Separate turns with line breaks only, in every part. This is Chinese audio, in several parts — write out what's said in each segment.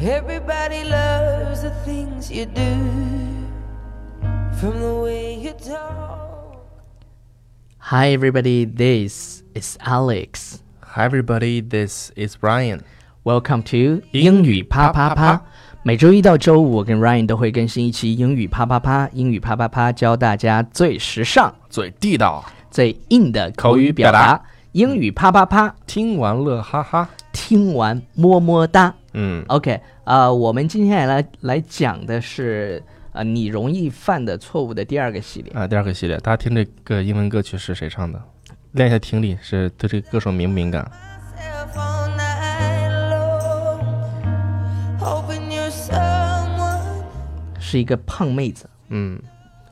Everybody loves the things you do, from the way you talk.
Hi everybody, this is Alex.
Hi everybody, this is Ryan。
Welcome to 英语啪啪啪。每周一到周五，我跟 Ryan 都会更新一期英语啪啪啪。英语啪啪啪教大家最时尚、
最地道，
最硬的口语表
口语表
达。英语啪啪啪，
听完乐哈哈。
听完么么哒。
嗯
OK，呃，我们今天来来讲的是呃你容易犯的错误的第二个系列。
啊，第二个系列，大家听这个英文歌曲是谁唱的？练一下听力，是对这个歌手敏不敏感？
Myself all night long, hoping you're someone.
是一个胖妹子。
嗯，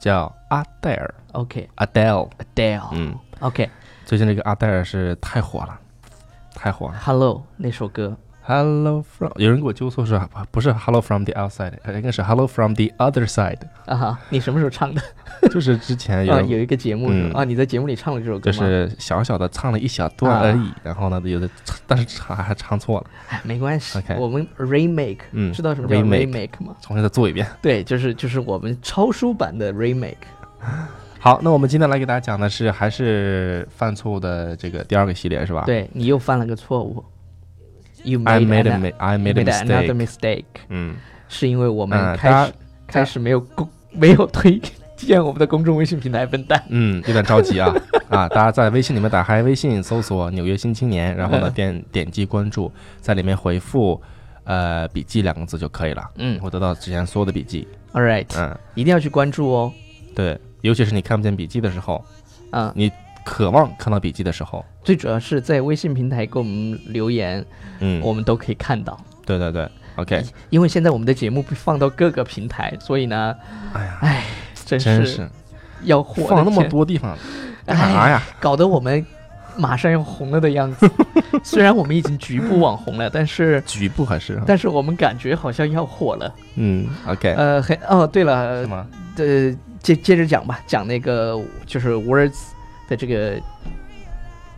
叫阿黛尔
OK，Adele、
（Adele）。嗯，
OK，
最近这个阿黛尔是太火了，太火了。
Hello 那首歌
Hello from，有人给我纠错是不是 Hello from the outside？应呃该是 Hello from the other side。
啊哈，你什么时候唱的？
就是之前有
啊，
人
有一个节目是吧
嗯
啊，你在节目里唱了这首歌
就
吗？
是小小的唱了一小段而已，然后呢，有的但是唱还唱错了，
哎，没关系
OK
我们 remake，
嗯
知道什么叫
remake
remake 吗？
重新再做一遍。
对，就是就是我们超书版的 remake。
好，那我们今天来给大家讲的是还是犯错误的这个第二个系列是吧？
对你又犯了个错误，You
啊，I
made
made a
an-
mi- I
you
made a
made another
mistake。
mistake，
嗯，
是因为我们
嗯
开
大
始
家
开始没有公 没有推荐我们的公众微信平台，笨蛋。
嗯，有点着急啊 啊！大家在微信里面打开微信搜索“纽约新青年”，然后呢
嗯
点点击关注，在里面回复呃“笔记”两个字就可以了。
嗯
会得到之前所有的笔记。
All right，
嗯，
一定要去关注哦。
对，尤其是你看不见笔记的时候，
嗯，
你渴望看到笔记的时候，
最主要是在微信平台给我们留言，
嗯，
我哎们都可以看到。
对对对，OK，
因为现在我们的节目被放到各个平台，所以呢，
哎呀，
哎，真
真
是
是
要火
放
的
那么
天哎
多地方干啥呀？
搞得我们马上要红了的样 子。虽然我们已经局部网红了，但是
局部还是？
但是我们感觉好像要火了。
嗯，OK，
呃，很哦，对了
是，吗？
呃，接接着讲吧，讲那个就是 words 的这个，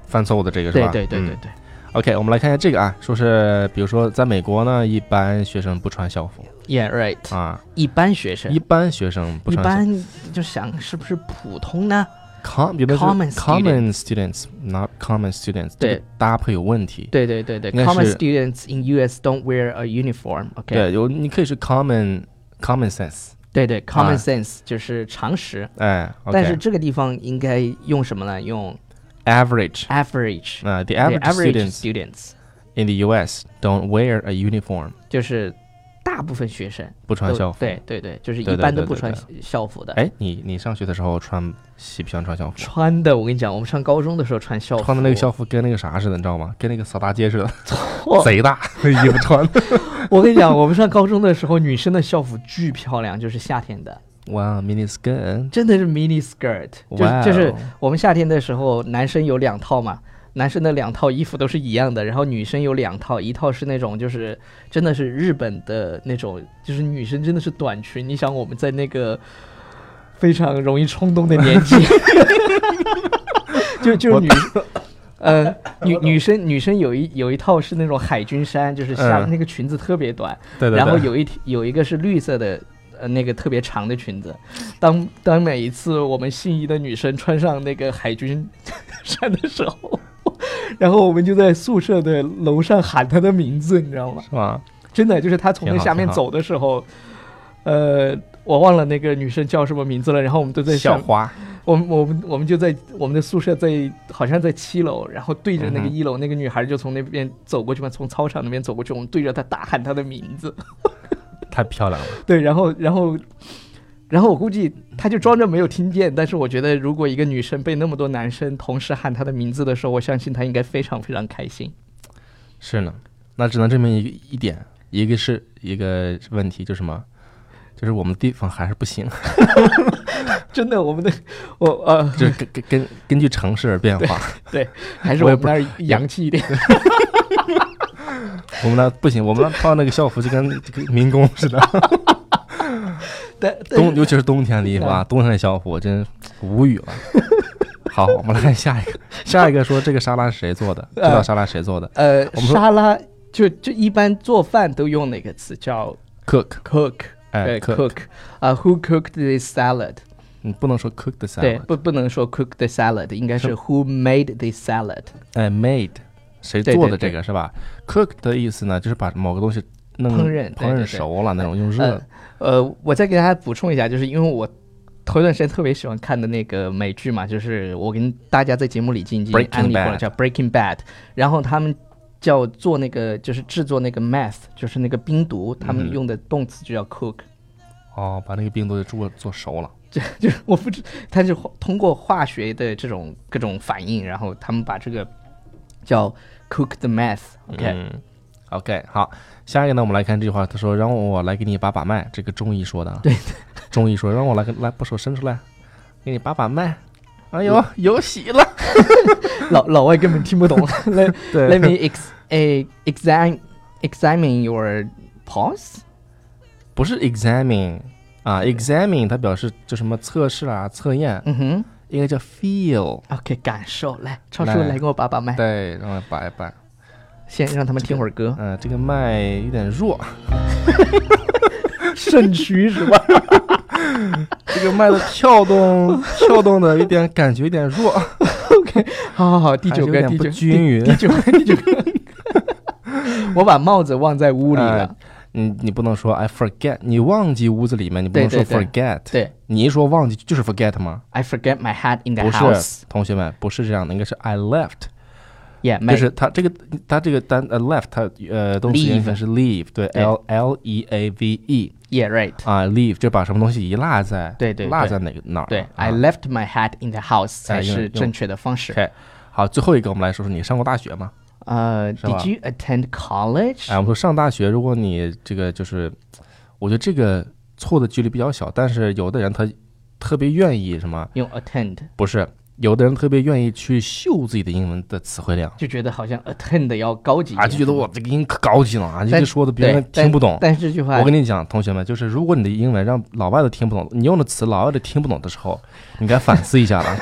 犯错误的这个是
对
吧？
对对对
嗯
对，
OK，我们来看一下这个啊，说是比如说在美国呢，一般学生不穿校服
yeah right，
啊，
一般学生
一。般学生不
一
穿校服。
般就想是不是普通呢？
com 有的是
common
common students，not common students，
对
这个搭配有问题。
对对对对
应该是
，common students in U.S. don't wear a uniform。OK，
对，有你可以是 common common sense，
对对，common
啊
sense 就是常识，
哎，OK，
但是这个地方应该用什么呢？用
average，
average。
啊，the
The
average
average
students
students
in the U.S. don't wear a uniform，
就是大部分学生
不
都
穿校服。
对对对，就是一
对对
般都
对
不
对
穿
对
校服的。
哎，你你上学的时候穿喜不喜欢穿校服？
穿的我跟你讲，我们上高中的时候穿校服，
穿的那个校服跟那个啥似的，你知道吗？跟那个扫大街似的，
错。
贼 大那衣服穿的。
我跟你讲，我们上高中的时候，女生的校服巨漂亮，就是夏天的，
哇，mini skirt，
真的是 mini skirt，就是
哇
就是
哦
我们夏天的时候，男生有两套嘛。男生的两套衣服都是一样的，然后女生有两套，一套是那种就是真的是日本的那种，就是女生真的是短裙。你想我们在那个非常容易冲动的年纪， 就就是女，呃，女女生女生有一有一套是那种海军衫，就是下、
嗯
那个裙子特别短，
对对对。
然后有一条有一个是绿色的，呃，那个特别长的裙子。当当每一次我们心仪的女生穿上那个海军 衫的时候，然后我们就在宿舍的楼上喊她的名字，你知道吗？
是吧？
真的就是她从那
挺好
下面
挺好
走的时候，呃，我忘了那个女生叫什么名字了。然后我们都在
校
上，
花，
我们我们我们就在我们的宿舍在好像在七楼，然后对着那个
嗯哼
一楼、那个女孩就从那边走过去嘛，从操场那边走过去，我们对着她大喊她的名字。
太漂亮了。
对，然后然后然后我估计他就装着没有听见，但是我觉得如果一个女生被那么多男生同时喊她的名字的时候，我相信她应该非常非常开心。
是呢，那只能证明一个一点，一个是一个问题，就是什么？就是我们地方还是不行，
真的，我们的我呃，
这根根根根据城市而变化。
还是
我
我
也
们那儿洋气一 点。
我们那不行，我们那穿那个校服就跟就跟民工似的，
但但
冬尤其是冬天的衣服啊，冬天的校服我真无语了。好， 我们来看下一个，下一个说这个沙拉是谁做的？知道沙拉谁做的？
呃，
们说
沙拉就就一般做饭都用那个词叫
cook，
cook，
哎
对 cook 啊，Who cooked this salad？
你嗯不能说 cook the
对，
salad，
不不能说 cook the salad，应该是 Who made this salad？
哎，made，谁
对
做
对
的这
对
个是吧？cook 的意思呢，就是把某个东西弄
烹饪对
烹
对
饪
对
熟了那种，用热
呃
的。
呃，我再给大家补充一下，就是因为我头一段时间特别喜欢看的那个美剧嘛，就是我跟大家在节目里已经已经
Breaking
安利过了，
Bad
叫 Breaking Bad，然后他们。叫做那个就是制作那个 meth，就是那个冰毒，他
嗯
们用的动词就叫 cook，、
哦，把那个冰都做做熟了。
就是我不知，它是化通过化学的这种各种反应，然后他们把这个叫 cook the meth，OK，、
嗯，OK，好，下一个呢，我们来看这句话，他说让我来给你把把脉，这个中医说的啊，
对，
中医说让我来跟来把手伸出来，给你把把脉。哎呦，有喜了。
老老外根本听不 懂。let
对
Let me ex a examine examine your pulse。
不是 examine 啊，examine 它表示就什么测试啊、测验，
嗯哼
应该叫 feel。
，OK，感受。来，超叔
来
来给我把把脉，
对，让我把一把，
先让他们听会儿歌。
嗯、这个脉有点弱，
肾虚是 吧？
这个脉的 跳动跳动的有点感觉有点弱，
好好好，第九
还
个，
是有
第九
点不
个
均匀。
第九 个，第九个。 我把帽子忘在屋里了
哎。你你不能说 I forget，你忘记屋子里面，你不能
对
说
对
forget。
对
你一说忘记就是 forget 吗？
，I forget my hat in the
不
house
是。，同学们，不是这样的，应该是 I left，
Yeah，
就
my
是它这个它这个单呃 left 它呃动词原形是 leave，对
对
L L E A V E
yeah right。
啊 leave 就把什么东西一落在
对对对
落在哪个哪儿？
对
啊
，I left my hat in the house
哎
才
用
是
用
正确的方式。
OK，好，最后一个我们来说说你上过大学吗？
呃
是吧
，Did you attend
哎，
college？
我们说上大学，如果你这个就是，我觉得这个错的几率比较小，但是有的人他特别愿意什么？
用 attend
不是，有的人特别愿意去秀自己的英文的词汇量
就觉得好像 attend 要高级一
啊，
点
就觉得我这个英文可高级了啊，这
但
个说的别人
对
听不懂。
但是这句话，
我跟你讲，同学们，就是如果你的英文让老外都听不懂，你用的词老外都听不懂的时候，你该反思一 下了。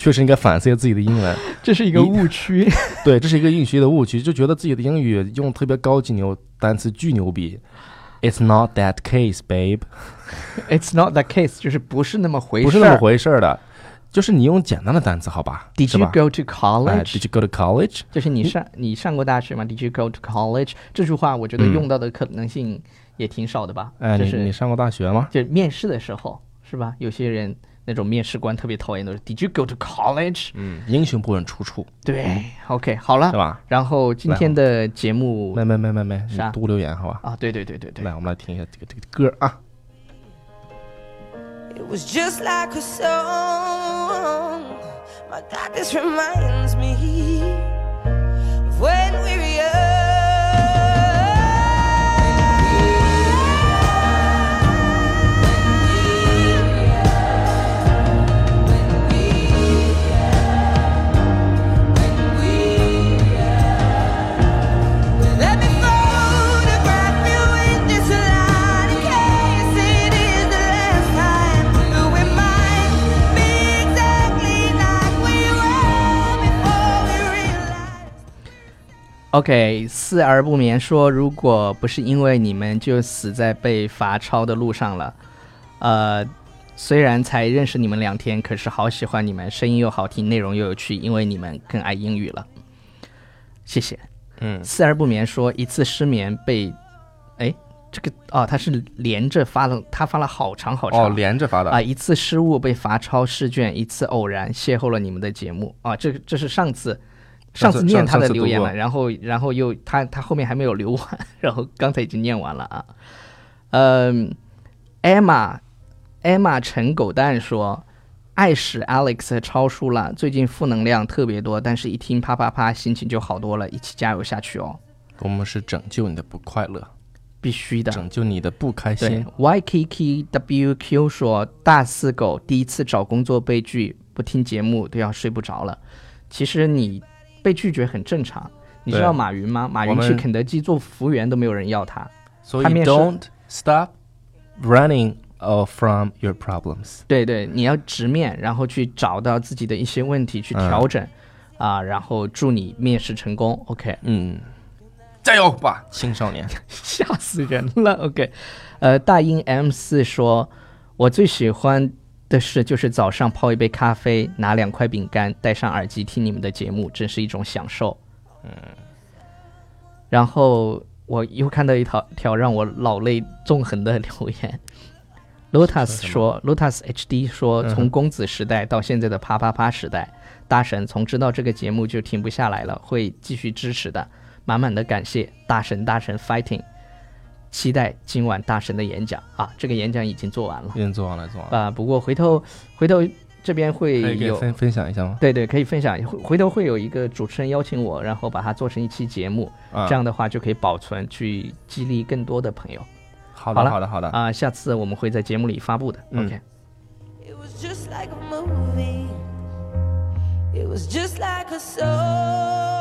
确实应该反思一下自己的英文。
这是一个误区。
对，这是一个硬学的误区，就觉得自己的英语用特别高级牛单词巨牛逼。It's not that case, babe，
It's not the case，就是不是那么回事。
不是那么。回事儿的，就是你用简单的单词，好吧？
Did
是
you
吧
go to
哎
college？
，Did you 嗯 go to college？
就是你上你上过大学吗？Did you go to college？这句话我觉得
嗯
用到的可能性也挺少的吧。
哎，
就
你你
是
上过大学吗？
就面试的时候是吧？有些人那种面试官特别讨厌的是 Did you go to college？
嗯，英雄不问出处，
对，OK，好了
对，吧？
然后今天的节目
没没没没没，你
啥
多留言，好吧？
啊，对对对对对
来，，我们来听一下这个这个歌啊。
It was just like a song. My God, this reminds me of when we were Let me photograph you in this light in case it is the last time. But we might be exactly like we were before we realized.
OK，四而不眠说，如果不是因为你们，就死在被罚抄的路上了。呃，虽然才认识你们两天，可是好喜欢你们，声音又好听，内容又有趣，因为你们更爱英语了。谢谢。
嗯，
四而不眠说，一次失眠被，哎，这个哦，他是连着发了，他发了好长好长。
哦，连着发的
啊，一次失误被罚抄试卷，一次偶然邂逅了你们的节目啊，这这是上次。上
上次
次念他的
上次读
留言了，
过
然后然后又他他后面还没有留完，然后刚才已经念完了啊。嗯，Emma Emma 陈狗蛋说，爱使 Alex 和超叔了，最近负能量特别多，但是一听啪啪啪，心情就好多了，一起加油下去哦，
我们是拯救你的不快乐，
必须的。
拯救你的不开
啊对
心。
，YKK WQ 说，大四狗第一次找工作被拒，不听节目都要睡不着了。其实你被拒绝很正常。你知
对
道马云吗？马
我
云
们
去肯德基做服务员都没有人要他。
所以
他面试
don't stop running uh, from your problems。
对对，你要直面，然后去找到自己的一些问题去调整，啊，然后祝你面试成功。OK，
嗯，加油吧，青 少年！
吓死人了。OK，呃，大英 M 四说，我最喜欢的事就是早上泡一杯咖啡，拿两块饼干，戴上耳机听你们的节目，真是一种享受。嗯，然后我又看到一条条让我老泪纵横的留言。Lotus 说，Lotus HD 说，
嗯哼
从公子时代到现在的啪啪啪时代，大神从知道这个节目就停不下来了，会继续支持的，满满的感谢，大神大神 fighting，期待今晚大神的演讲啊，这个演讲已经做完了
已经做完了，做完了。
啊，不过回头回头这边会
可以给
有
分分享一下吗？
对对，可以分享一下，回回头会有一个主持人邀请我，然后把它做成一期节目，
啊，
这样的话就可以保存，去激励更多的朋友
好
好
的，
了
好的，好的。
啊。下次我们会在节目里发布的。
嗯
OK，
It was just like a movie. It was just like a soap